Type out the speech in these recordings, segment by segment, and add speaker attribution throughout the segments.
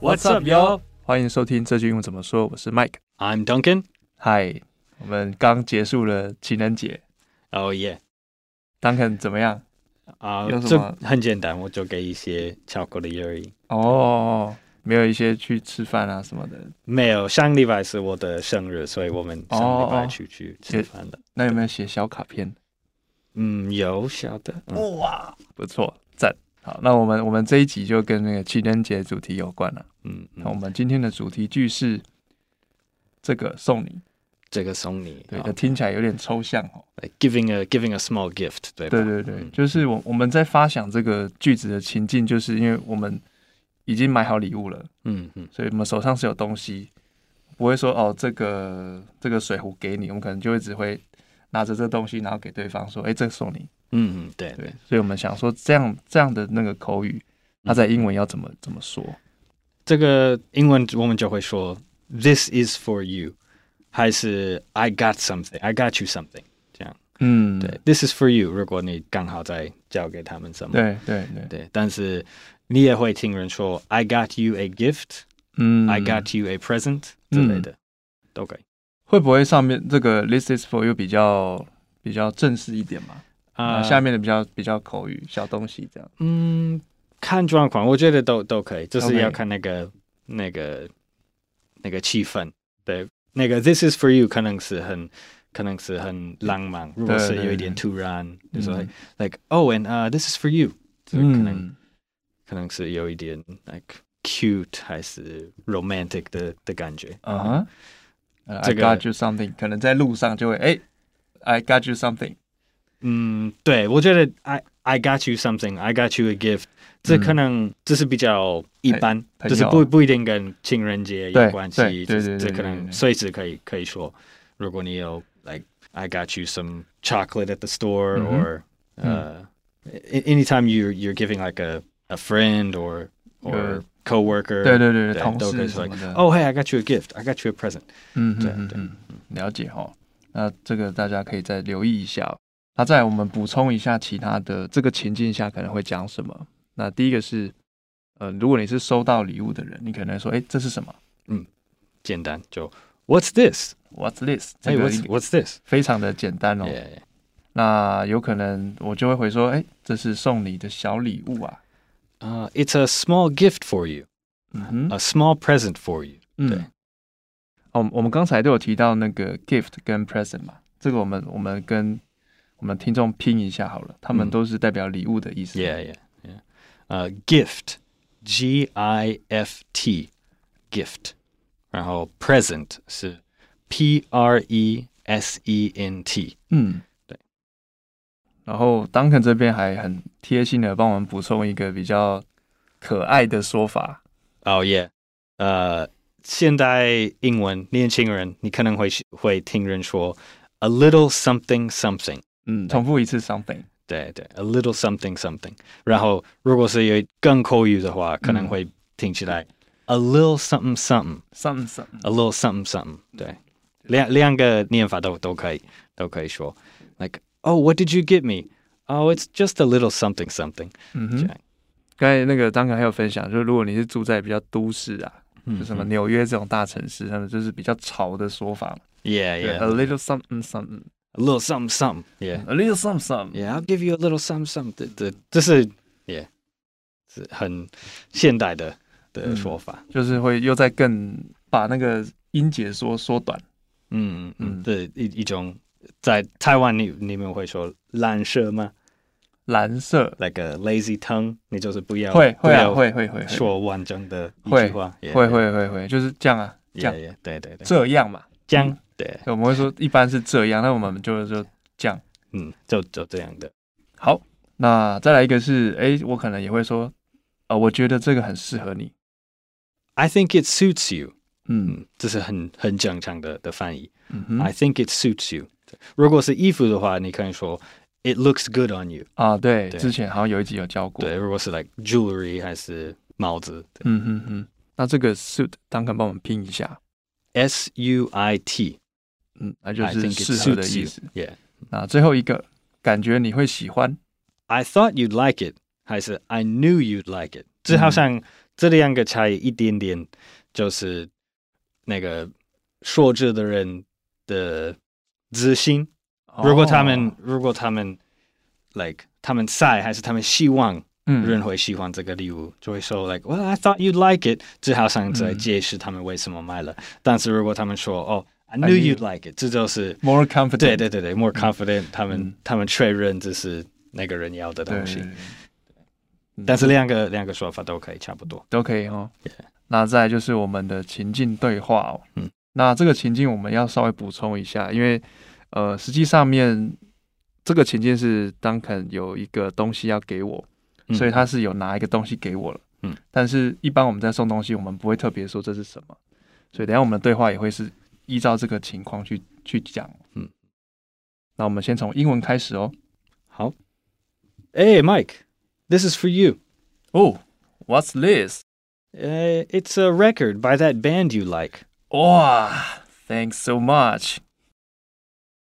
Speaker 1: What's up, yo?
Speaker 2: 欢迎收听这句英文怎么说，我是 Mike。
Speaker 1: I'm Duncan.
Speaker 2: 嗨，我们刚结束了情人节
Speaker 1: Oh yeah.
Speaker 2: ，Duncan 怎么样？
Speaker 1: 啊、
Speaker 2: 有什
Speaker 1: 这
Speaker 2: 么
Speaker 1: 很简单，我就给一些巧克力而已。
Speaker 2: 哦，没有一些去吃饭啊什么的，
Speaker 1: 没有，上礼拜是我的生日，所以我们上礼
Speaker 2: 哦哦
Speaker 1: 拜出去吃饭的。
Speaker 2: 那有没有写小卡片？
Speaker 1: 嗯，有晓得。嗯
Speaker 2: 哇，不错，赞。好，那我们我们这一集就跟那个情人节主题有关了。啊
Speaker 1: 嗯，嗯
Speaker 2: 那我们今天的主题句是这个送你，
Speaker 1: 这个送你。
Speaker 2: 对，
Speaker 1: 啊
Speaker 2: 这听起来有点抽象哦。
Speaker 1: like giving a giving a small gift，对吧？
Speaker 2: 对对对，
Speaker 1: 嗯
Speaker 2: 就是我我们在发想这个句子的情境，就是因为我们已经买好礼物了。
Speaker 1: 嗯嗯
Speaker 2: 所以我们手上是有东西，不会说哦，这个这个水壶给你，我们可能就会只会拿着这东西，然后给对方说，哎、这个送你。
Speaker 1: 嗯嗯，对
Speaker 2: 对
Speaker 1: 对。，
Speaker 2: 所以我们想说这样这样的那个口语，它在英文要怎么怎么说？
Speaker 1: 这个英文我们就会说 “This is for you”，还是 “I got something”、“I got you something”。
Speaker 2: 嗯，
Speaker 1: 对，“This is for you”。如果你刚好在交给他们什么，
Speaker 2: 对对对，
Speaker 1: 对，但是你也会听人说 "I got you a gift,、
Speaker 2: 嗯
Speaker 1: I got you a present" 之
Speaker 2: 嗯
Speaker 1: 类的，都可以。
Speaker 2: 会不会上面这个 this is for you 比较比较正式一点嘛？啊、
Speaker 1: 啊、
Speaker 2: 下面的比较比较口语小东西这样。
Speaker 1: 嗯，mm, 看状况，我觉得都都可以，就是
Speaker 2: OK
Speaker 1: 要看那个那个那个气氛。对，那个 "This is for you" 可能是很可能是很浪漫，如果
Speaker 2: 对
Speaker 1: 是
Speaker 2: 对
Speaker 1: 有一点
Speaker 2: 对
Speaker 1: 突然，就是 like,
Speaker 2: 嗯
Speaker 1: like "Oh and uh this is for you"，就可能、
Speaker 2: 嗯，
Speaker 1: 可能是有一点 like cute 还是 romantic 的的感觉。
Speaker 2: 啊哈、呃
Speaker 1: 嗯这个
Speaker 2: I got you something，可能在路上就会哎、i got you something。
Speaker 1: 嗯，对，我觉得 I I got you something, I got you a gift，这可能这是比较一般，
Speaker 2: 朋友
Speaker 1: 就是不不一定跟情人节有关系，
Speaker 2: 对对
Speaker 1: 这
Speaker 2: 对对
Speaker 1: 这
Speaker 2: 对
Speaker 1: 可
Speaker 2: 对对
Speaker 1: 能随时可以可以说，如果你有 like I got you some chocolate at the store
Speaker 2: 嗯哼
Speaker 1: or 呃、anytime you you're giving like a a friend or or
Speaker 2: 呃
Speaker 1: coworker，
Speaker 2: 对对对对，
Speaker 1: 对
Speaker 2: 同
Speaker 1: 都可
Speaker 2: 事
Speaker 1: 以说
Speaker 2: 什么
Speaker 1: like
Speaker 2: 的。，
Speaker 1: oh hey I got you a gift, I got you a present，
Speaker 2: 嗯
Speaker 1: 对
Speaker 2: 嗯
Speaker 1: 对
Speaker 2: 嗯嗯，了解哈。那这个大家可以再留意一下哦。那再来我们补充一下其他的这个情境下可能会讲什么。那第一个是，呃，如果你是收到礼物的人，你可能说，哎，这是什么
Speaker 1: 简单就 What's this？
Speaker 2: ？What's this？
Speaker 1: 哎、
Speaker 2: 这个
Speaker 1: What's What's this？
Speaker 2: 非常的简单哦。
Speaker 1: Yeah, yeah.
Speaker 2: 那有可能我就会回说，哎，这是送你的小礼物啊。
Speaker 1: Uh, it's a small gift for you,
Speaker 2: 嗯哼，
Speaker 1: a small present for you.
Speaker 2: 嗯
Speaker 1: 对。
Speaker 2: 哦，我们我们刚才都有提到那个 gift 跟 present 嘛，这个我们我们跟我们听众拼一下好了，他们
Speaker 1: 嗯
Speaker 2: 都是代表礼物的意思。
Speaker 1: Yeah, yeah, yeah. Uh, gift, G I F T, gift. 然后 present 是 P R E S E N T.
Speaker 2: 嗯，
Speaker 1: 对。
Speaker 2: 然后 Duncan 这边还很贴心的帮我们补充一个比较可爱的说法，
Speaker 1: Oh yeah. Uh, 现代英文年轻人，你可能会会听人说 a little something something.
Speaker 2: 嗯，重复一次 something，
Speaker 1: 对对，a little something something。然后如果是有更口语的话，可能会听起来、a little something something，a
Speaker 2: something something，
Speaker 1: little something something。对，两两个念法都都可以，都可以说。Like oh what did you get me? Oh it's just a little something something。
Speaker 2: 嗯
Speaker 1: 这
Speaker 2: 哼
Speaker 1: 样。
Speaker 2: 刚才那个 Duncan 还有分享，就是如果你是住在比较都市啊，
Speaker 1: 嗯
Speaker 2: 就什么纽约这种大城市，他们就是比较潮的说法嘛。
Speaker 1: Yeah
Speaker 2: 对
Speaker 1: yeah
Speaker 2: a little something something，a
Speaker 1: a little something something yeah
Speaker 2: little something something，
Speaker 1: yeah I'll give you a little something something 这。这这是 yeah 是很现代的的
Speaker 2: 嗯
Speaker 1: 说法。
Speaker 2: 就是会又在更把那个音节缩缩短。
Speaker 1: 嗯嗯
Speaker 2: 嗯
Speaker 1: 嗯，对一一种在台湾你你们会说蓝色吗
Speaker 2: 蓝色
Speaker 1: ？Like a lazy tongue，你就是不要
Speaker 2: 会
Speaker 1: 不
Speaker 2: 会啊
Speaker 1: 要
Speaker 2: 会会会会
Speaker 1: 说完整的一
Speaker 2: 会
Speaker 1: 句话，也
Speaker 2: 会会会会就是这样啊，这
Speaker 1: 也
Speaker 2: 样
Speaker 1: 也对对对，
Speaker 2: 这样嘛，
Speaker 1: 这样对，
Speaker 2: 所以我们会说一般是这样，那我们就是说这样。
Speaker 1: 嗯，就就这样的，
Speaker 2: 好，那再来一个是，哎，我可能也会说，呃，我觉得这个很适合你，
Speaker 1: I think it suits you，
Speaker 2: 嗯
Speaker 1: 嗯，这是很很正常的的翻译。
Speaker 2: 嗯哼
Speaker 1: I think it suits you。如果是衣服的话，你可以说 It looks good on you。
Speaker 2: 啊，对，
Speaker 1: 对
Speaker 2: 之前好像有一集有教过，
Speaker 1: 对，如果是 like jewelry 还是帽子
Speaker 2: 嗯哼哼。那这个 suit 当肯帮我们拼一下，
Speaker 1: ，S U I T，
Speaker 2: 嗯，那就
Speaker 1: I
Speaker 2: 是
Speaker 1: think it
Speaker 2: 适合的
Speaker 1: suits
Speaker 2: 意
Speaker 1: you
Speaker 2: 思。
Speaker 1: Yeah。
Speaker 2: 那最后一个，感觉你会喜欢，
Speaker 1: I thought you'd like it，还是 I knew you'd like it？这好像这两个差异一点点，就是那个说这的人的自信。如果他们、
Speaker 2: 哦
Speaker 1: 如果他们 like 他们晒还是他们希望
Speaker 2: 嗯
Speaker 1: 人会喜欢这个礼物，就会说 like Well I thought you'd like it，这好像在解释他们为什么买了。但是如果他们说哦 I knew
Speaker 2: knew
Speaker 1: you'd like it，这就是。
Speaker 2: more confident，
Speaker 1: 对对对对，more confident，、他们、
Speaker 2: 嗯
Speaker 1: 他们确认这是那个人要的
Speaker 2: 对
Speaker 1: 东西。
Speaker 2: 嗯
Speaker 1: 但是两个两个说法都可以差不多。
Speaker 2: 都可以哦。那再来就是我们的情境对话哦。
Speaker 1: 嗯，
Speaker 2: 那这个情境我们要稍微补充一下，因为呃，实际上面这个情境是 Duncan 有一个东西要给我，
Speaker 1: 嗯
Speaker 2: 所以他是有拿一个东西给我了。
Speaker 1: 嗯，
Speaker 2: 但是一般我们在送东西，我们不会特别说这是什么，所以等一下我们的对话也会是依照这个情况去去讲。
Speaker 1: 嗯，
Speaker 2: 那我们先从英文开始哦。
Speaker 1: 好，Hey Mike, this is for you. 哦
Speaker 2: Oh, what's this?
Speaker 1: Uh, it's a record by that band you like.
Speaker 2: 哇、t h a n k s so much。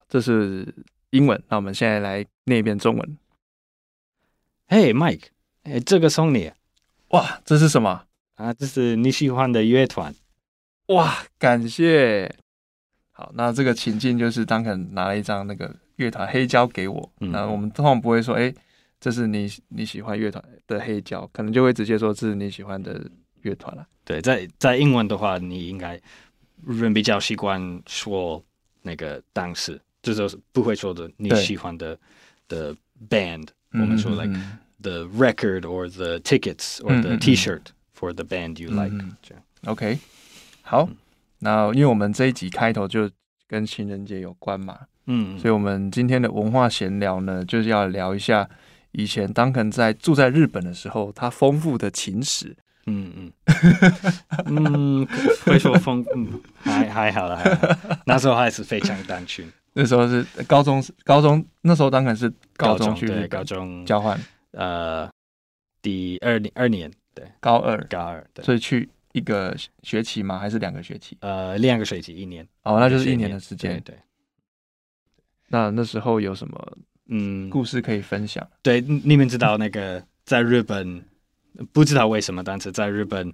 Speaker 2: 这是英文，那我们现在来念一遍中文。
Speaker 1: Hey Mike，哎，这个送你
Speaker 2: 哇，这是什么？
Speaker 1: 啊，这是你喜欢的乐团。
Speaker 2: 哇，感谢。好，那这个情境就是当肯拿了一张那个乐团黑胶给我，
Speaker 1: 嗯
Speaker 2: 那我们通常不会说，哎、这是你你喜欢乐团的黑胶，可能就会直接说这是你喜欢的乐团了。
Speaker 1: 对，在在英文的话，你应该人比较习惯说那个当时，这就是不会说的你
Speaker 2: 对
Speaker 1: 喜欢的的 band。我
Speaker 2: Mm-hmm,
Speaker 1: 们说 like
Speaker 2: 嗯
Speaker 1: the record or the tickets or
Speaker 2: 嗯
Speaker 1: the
Speaker 2: 嗯嗯
Speaker 1: T-shirt for the band you
Speaker 2: 嗯
Speaker 1: like，、
Speaker 2: 嗯
Speaker 1: 这样。
Speaker 2: OK，好
Speaker 1: 嗯，
Speaker 2: 那因为我们这一集开头就跟情人节有关嘛，
Speaker 1: 嗯，
Speaker 2: 所以，我们今天的文化闲聊呢，就是要聊一下以前 Duncan 在住在日本的时候，他丰富的情史。
Speaker 1: 嗯嗯嗯，会说风，嗯，还还好了，还好，那时候还是非常单纯。
Speaker 2: 那时候是高中，高中那时候 Duncan 是高中去
Speaker 1: 对
Speaker 2: 日
Speaker 1: 高
Speaker 2: 本
Speaker 1: 中
Speaker 2: 交换，
Speaker 1: 呃第二年二年对
Speaker 2: 高二，
Speaker 1: 高二对
Speaker 2: 所以去一个学期吗？还是两个学期？
Speaker 1: 呃两个学期一年，
Speaker 2: 哦，那就是
Speaker 1: 学
Speaker 2: 一年的时间。
Speaker 1: 对对，
Speaker 2: 那那时候有什么
Speaker 1: 嗯，
Speaker 2: 故事可以分享？
Speaker 1: 对，你们知道那个在日本，不知道为什么，但是在日本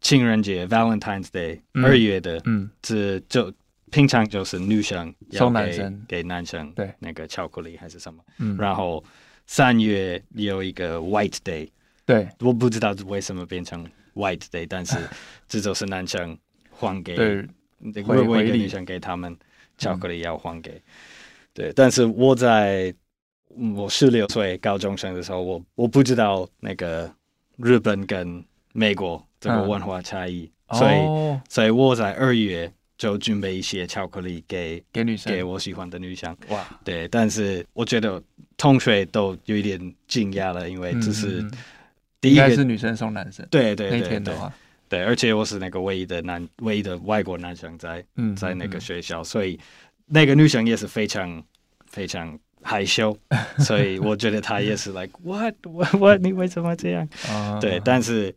Speaker 1: 情人节 Valentine's Day
Speaker 2: 嗯
Speaker 1: 二月的
Speaker 2: 嗯，
Speaker 1: 这就平常就是女生要
Speaker 2: 送男
Speaker 1: 给
Speaker 2: 生
Speaker 1: 给男生
Speaker 2: 对
Speaker 1: 那个巧克力还是什么，
Speaker 2: 嗯
Speaker 1: 然后三月有一个 White Day，
Speaker 2: 对
Speaker 1: 我不知道为什么变成 White Day，但 是这就是男生还给
Speaker 2: 对，
Speaker 1: 那个
Speaker 2: 回
Speaker 1: 如果一
Speaker 2: 回嗯
Speaker 1: 个
Speaker 2: 礼
Speaker 1: 女生给他们巧克力要还给，对，但是我在嗯我十六岁高中生的时候，我我不知道那个日本跟美国这个
Speaker 2: 嗯
Speaker 1: 文化差异，所以。
Speaker 2: 哦
Speaker 1: 所以我在二月就准备一些巧克力给
Speaker 2: 给女
Speaker 1: 给
Speaker 2: 生
Speaker 1: 我喜欢的女生。
Speaker 2: 哇，
Speaker 1: 对，但是我觉得同学都有一点惊讶了，因为
Speaker 2: 嗯
Speaker 1: 这是
Speaker 2: 嗯嗯
Speaker 1: 第
Speaker 2: 应
Speaker 1: 一
Speaker 2: 该
Speaker 1: 个，
Speaker 2: 是女生送男生
Speaker 1: 对对
Speaker 2: 那一
Speaker 1: 对
Speaker 2: 天
Speaker 1: 对
Speaker 2: 的话，
Speaker 1: 对，而且我是那个唯一的男，唯一的外国男生在
Speaker 2: 嗯，
Speaker 1: 在那个
Speaker 2: 嗯
Speaker 1: 学校，所以那个女生也是非常非常害羞，所以我觉得她也是 like what what what 你为什么这样？
Speaker 2: 嗯啊
Speaker 1: 对，但是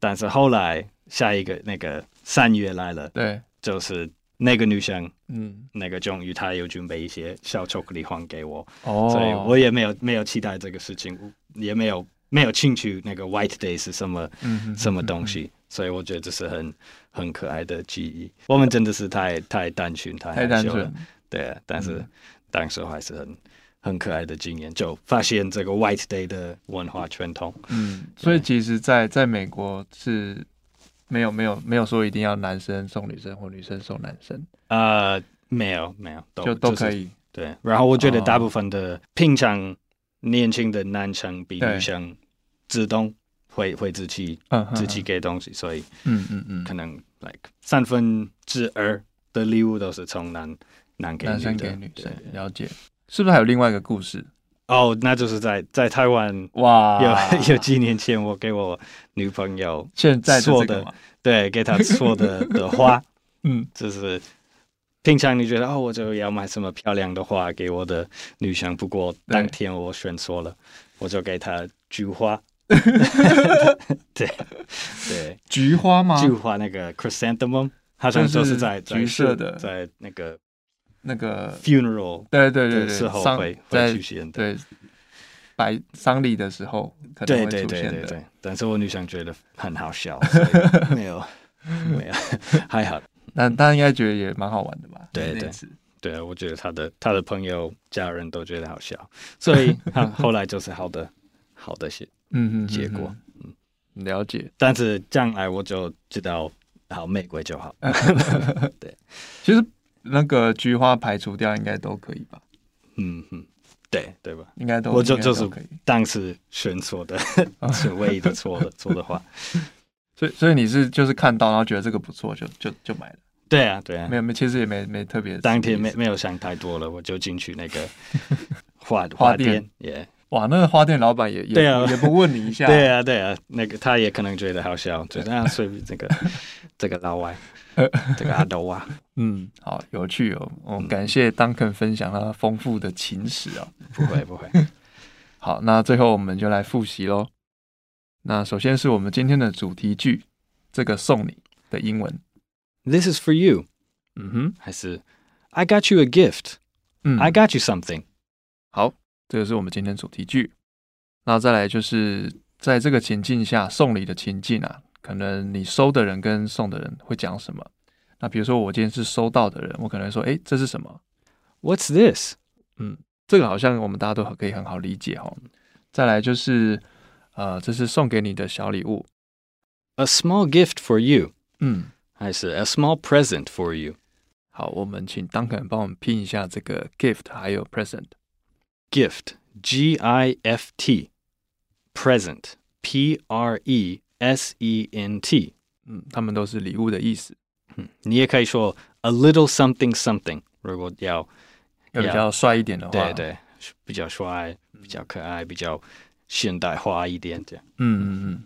Speaker 1: 但是后来下一个那个三月来了，
Speaker 2: 对，
Speaker 1: 就是那个女生，
Speaker 2: 嗯，
Speaker 1: 那个终于她有准备一些小巧克力还给我，
Speaker 2: 哦，
Speaker 1: 所以我也没有没有期待这个事情，也没有没有清楚那个 White Day 是什么
Speaker 2: 嗯
Speaker 1: 什么东西，所以我觉得这是很很可爱的记忆。我们真的是太太单纯，太
Speaker 2: 嗯太
Speaker 1: 害
Speaker 2: 单
Speaker 1: 羞
Speaker 2: 纯
Speaker 1: 了，，对啊，但是
Speaker 2: 嗯
Speaker 1: 当时还是很。很可爱的经验，就发现这个 White Day 的文化传统。
Speaker 2: 嗯，所以其实在，在美国是没有没有没有说一定要男生送女生或女生送男生，
Speaker 1: 呃，没有没有，都
Speaker 2: 就都
Speaker 1: 是
Speaker 2: 可以，
Speaker 1: 对，然后我觉得
Speaker 2: 哦
Speaker 1: 大部分的平常年轻的男生比
Speaker 2: 对
Speaker 1: 女生自动会会自己
Speaker 2: 嗯哼
Speaker 1: 自己给东西，所以
Speaker 2: 嗯嗯嗯
Speaker 1: 可，能 like 三分之二的礼物都是从男男给
Speaker 2: 男
Speaker 1: 女
Speaker 2: 生
Speaker 1: 的
Speaker 2: 给女生
Speaker 1: 对
Speaker 2: 了解，是不是还有另外一个故事？
Speaker 1: 哦，那就是在在台湾
Speaker 2: 哇，
Speaker 1: 有 有几年前，我给我女朋友
Speaker 2: 现在
Speaker 1: 做
Speaker 2: 做
Speaker 1: 的
Speaker 2: 的吗，
Speaker 1: 对给她做的 的花，
Speaker 2: 嗯，
Speaker 1: 就是平常你觉得哦，我就要买什么漂亮的花给我的女生，不过当天我选错了，我就给她菊 花。对对，
Speaker 2: 菊花吗？
Speaker 1: 菊花那个 chrysanthemum，好像就是在
Speaker 2: 就是橘色的
Speaker 1: 在在那个
Speaker 2: 那个，
Speaker 1: funeral
Speaker 2: 对对对
Speaker 1: 的
Speaker 2: 对，
Speaker 1: 时候
Speaker 2: 丧
Speaker 1: 会会
Speaker 2: 在
Speaker 1: 出现的。
Speaker 2: 对白丧礼的时候可能
Speaker 1: 对
Speaker 2: 会
Speaker 1: 对
Speaker 2: 出
Speaker 1: 对
Speaker 2: 现
Speaker 1: 对
Speaker 2: 的。
Speaker 1: 对，但是我女生觉得很好 笑，所以没有没有，还好。
Speaker 2: 但大家应该觉得也蛮好玩的吧？
Speaker 1: 对
Speaker 2: 那
Speaker 1: 对
Speaker 2: 次
Speaker 1: 对啊，我觉得他的他的朋友、家人都觉得好笑，所 以他后来就是好的好的些
Speaker 2: 嗯嗯，嗯
Speaker 1: 结果。
Speaker 2: 嗯了解。
Speaker 1: 但是将来我就知道，好玫瑰就 好。
Speaker 2: 其实那个菊花排除掉应该都可以吧？
Speaker 1: 嗯哼，对对吧？
Speaker 2: 应该都
Speaker 1: 我就
Speaker 2: 应该都
Speaker 1: 就是
Speaker 2: 可以。
Speaker 1: 当时选错的，
Speaker 2: 哦
Speaker 1: 是唯一的错 的错的话。
Speaker 2: 所以所以你是就是看到然后觉得这个不错就就就买了，
Speaker 1: 对啊对啊
Speaker 2: 没，有没有其实也没没特别。
Speaker 1: 当天没没有想太多了，我就进去那 个花
Speaker 2: 花
Speaker 1: 花
Speaker 2: 店
Speaker 1: 店也。Yeah
Speaker 2: 哇，那个花店老板也也
Speaker 1: 对啊
Speaker 2: 不也不问你一下，
Speaker 1: 对啊，对啊，那个他也可能觉得好笑， 觉得啊，所以这个这个老外，这个阿斗啊，
Speaker 2: 嗯，好有趣哦，哦，
Speaker 1: 嗯
Speaker 2: 感谢 Duncan 分享他丰富的情史啊、
Speaker 1: 不会不会，
Speaker 2: 好，那最后我们就来复习喽。那首先是我们今天的主题句，这个送你的英文，
Speaker 1: This is for you.
Speaker 2: 嗯哼，
Speaker 1: 还是 I got you a gift.
Speaker 2: 嗯
Speaker 1: I got you something.
Speaker 2: 好，这个是我们今天主题句。那再来就是在这个情境下送礼的情境啊，可能你收的人跟送的人会讲什么？那比如说我今天是收到的人，我可能说，诶，这是什么？
Speaker 1: What's this?
Speaker 2: 这个好像我们大家都可以很好理解哦。再来就是，呃，这是送给你的小礼物，
Speaker 1: A small gift for you.
Speaker 2: 嗯，
Speaker 1: 还是 a small present for you.
Speaker 2: 好，我们请 Duncan 帮我们拼一下这个 gift 还有 present。
Speaker 1: Gift. G I F T. Present. P R E S E N T.
Speaker 2: 嗯，他们都是礼物的意思，
Speaker 1: 你也可以说 a little something something. 如果要
Speaker 2: 要比较帅一点的话，
Speaker 1: 对对，比较帅，比较可爱，比较现代化一点这样。
Speaker 2: 嗯，嗯嗯，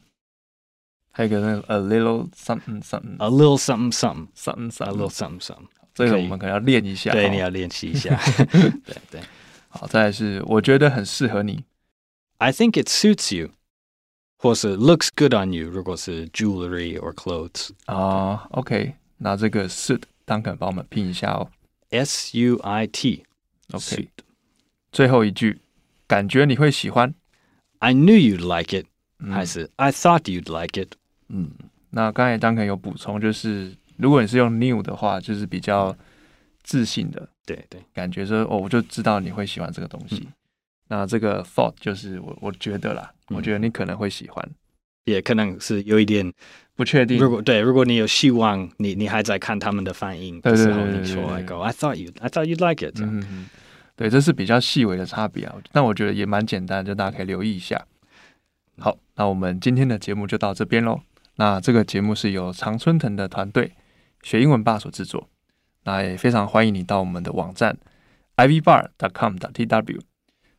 Speaker 2: 还有一个那个 a little something something
Speaker 1: A little something something,
Speaker 2: something
Speaker 1: a little something
Speaker 2: something，
Speaker 1: something.
Speaker 2: 这个
Speaker 1: 可以
Speaker 2: 我们可能要练一下。
Speaker 1: 对，
Speaker 2: 哦
Speaker 1: 你要练习一下。对对。
Speaker 2: 好，再来是我觉得很适合你，
Speaker 1: I think it suits you. 或是 looks good on you. 如果是 jewelry or clothes.
Speaker 2: 啊、o k 那这个 suit 当肯帮我们拼一下哦。
Speaker 1: S U I T.
Speaker 2: OK，
Speaker 1: Suit.
Speaker 2: 最后一句，感觉你会喜欢。
Speaker 1: I knew you'd like it.
Speaker 2: 嗯
Speaker 1: 还是 I thought you'd like it.
Speaker 2: 嗯，那刚才当肯有补充，就是如果你是用 new 的话，就是比
Speaker 1: 嗯
Speaker 2: 较自信的
Speaker 1: 对对。
Speaker 2: 感觉说，哦，我就知道你会喜欢这个东西。那这个 thought 就是我我觉得啦，
Speaker 1: 嗯
Speaker 2: 我觉得你可能会喜欢，
Speaker 1: 也可能是有一点，
Speaker 2: 不确定。
Speaker 1: 如果-对，如果你有希望，你-你还在看他们的反应
Speaker 2: 对，
Speaker 1: 的时候，
Speaker 2: 对，对，
Speaker 1: 你说
Speaker 2: 对，对，
Speaker 1: I
Speaker 2: 对。
Speaker 1: go, oh, I thought you, I thought you'd like it.
Speaker 2: 嗯，嗯嗯对，这是比较细微的差别啊，但我觉得也蛮简单，就大家可以留意一下。好，那我们今天的节目就到这边喽。那这个节目是由常春藤的团队学英文吧所制作，那也非常欢迎你到我们的网站 ivbar.com.tw，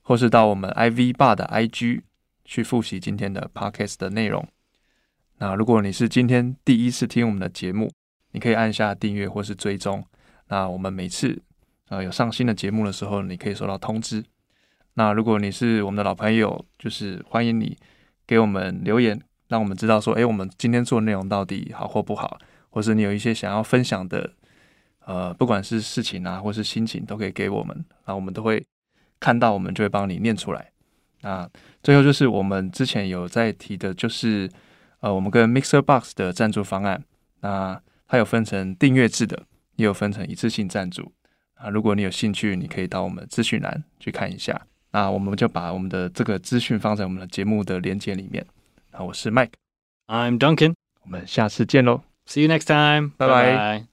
Speaker 2: 或是到我们 ivbar 的 IG 去复习今天的 podcast 的内容。那如果你是今天第一次听我们的节目，你可以按下订阅或是追踪。那我们每次呃有上新的节目的时候，你可以收到通知。那如果你是我们的老朋友，就是欢迎你给我们留言，让我们知道说，诶，我们今天做的内容到底好或不好，或是你有一些想要分享的，呃，不管是事情啊，或是心情，都可以给我们，然后我们都会看到，我们就会帮你念出来。那最后就是我们之前有在提的，就是呃，我们跟 Mixer Box 的赞助方案，那它有分成订阅制的，也有分成一次性赞助。啊，如果你有兴趣，你可以到我们资讯栏去看一下。那我们就把我们的这个资讯放在我们的节目的连接里面。啊，我是 Mike，
Speaker 1: I'm Duncan.
Speaker 2: 我们下次见喽。
Speaker 1: See you next time.
Speaker 2: 拜拜。
Speaker 1: 拜拜。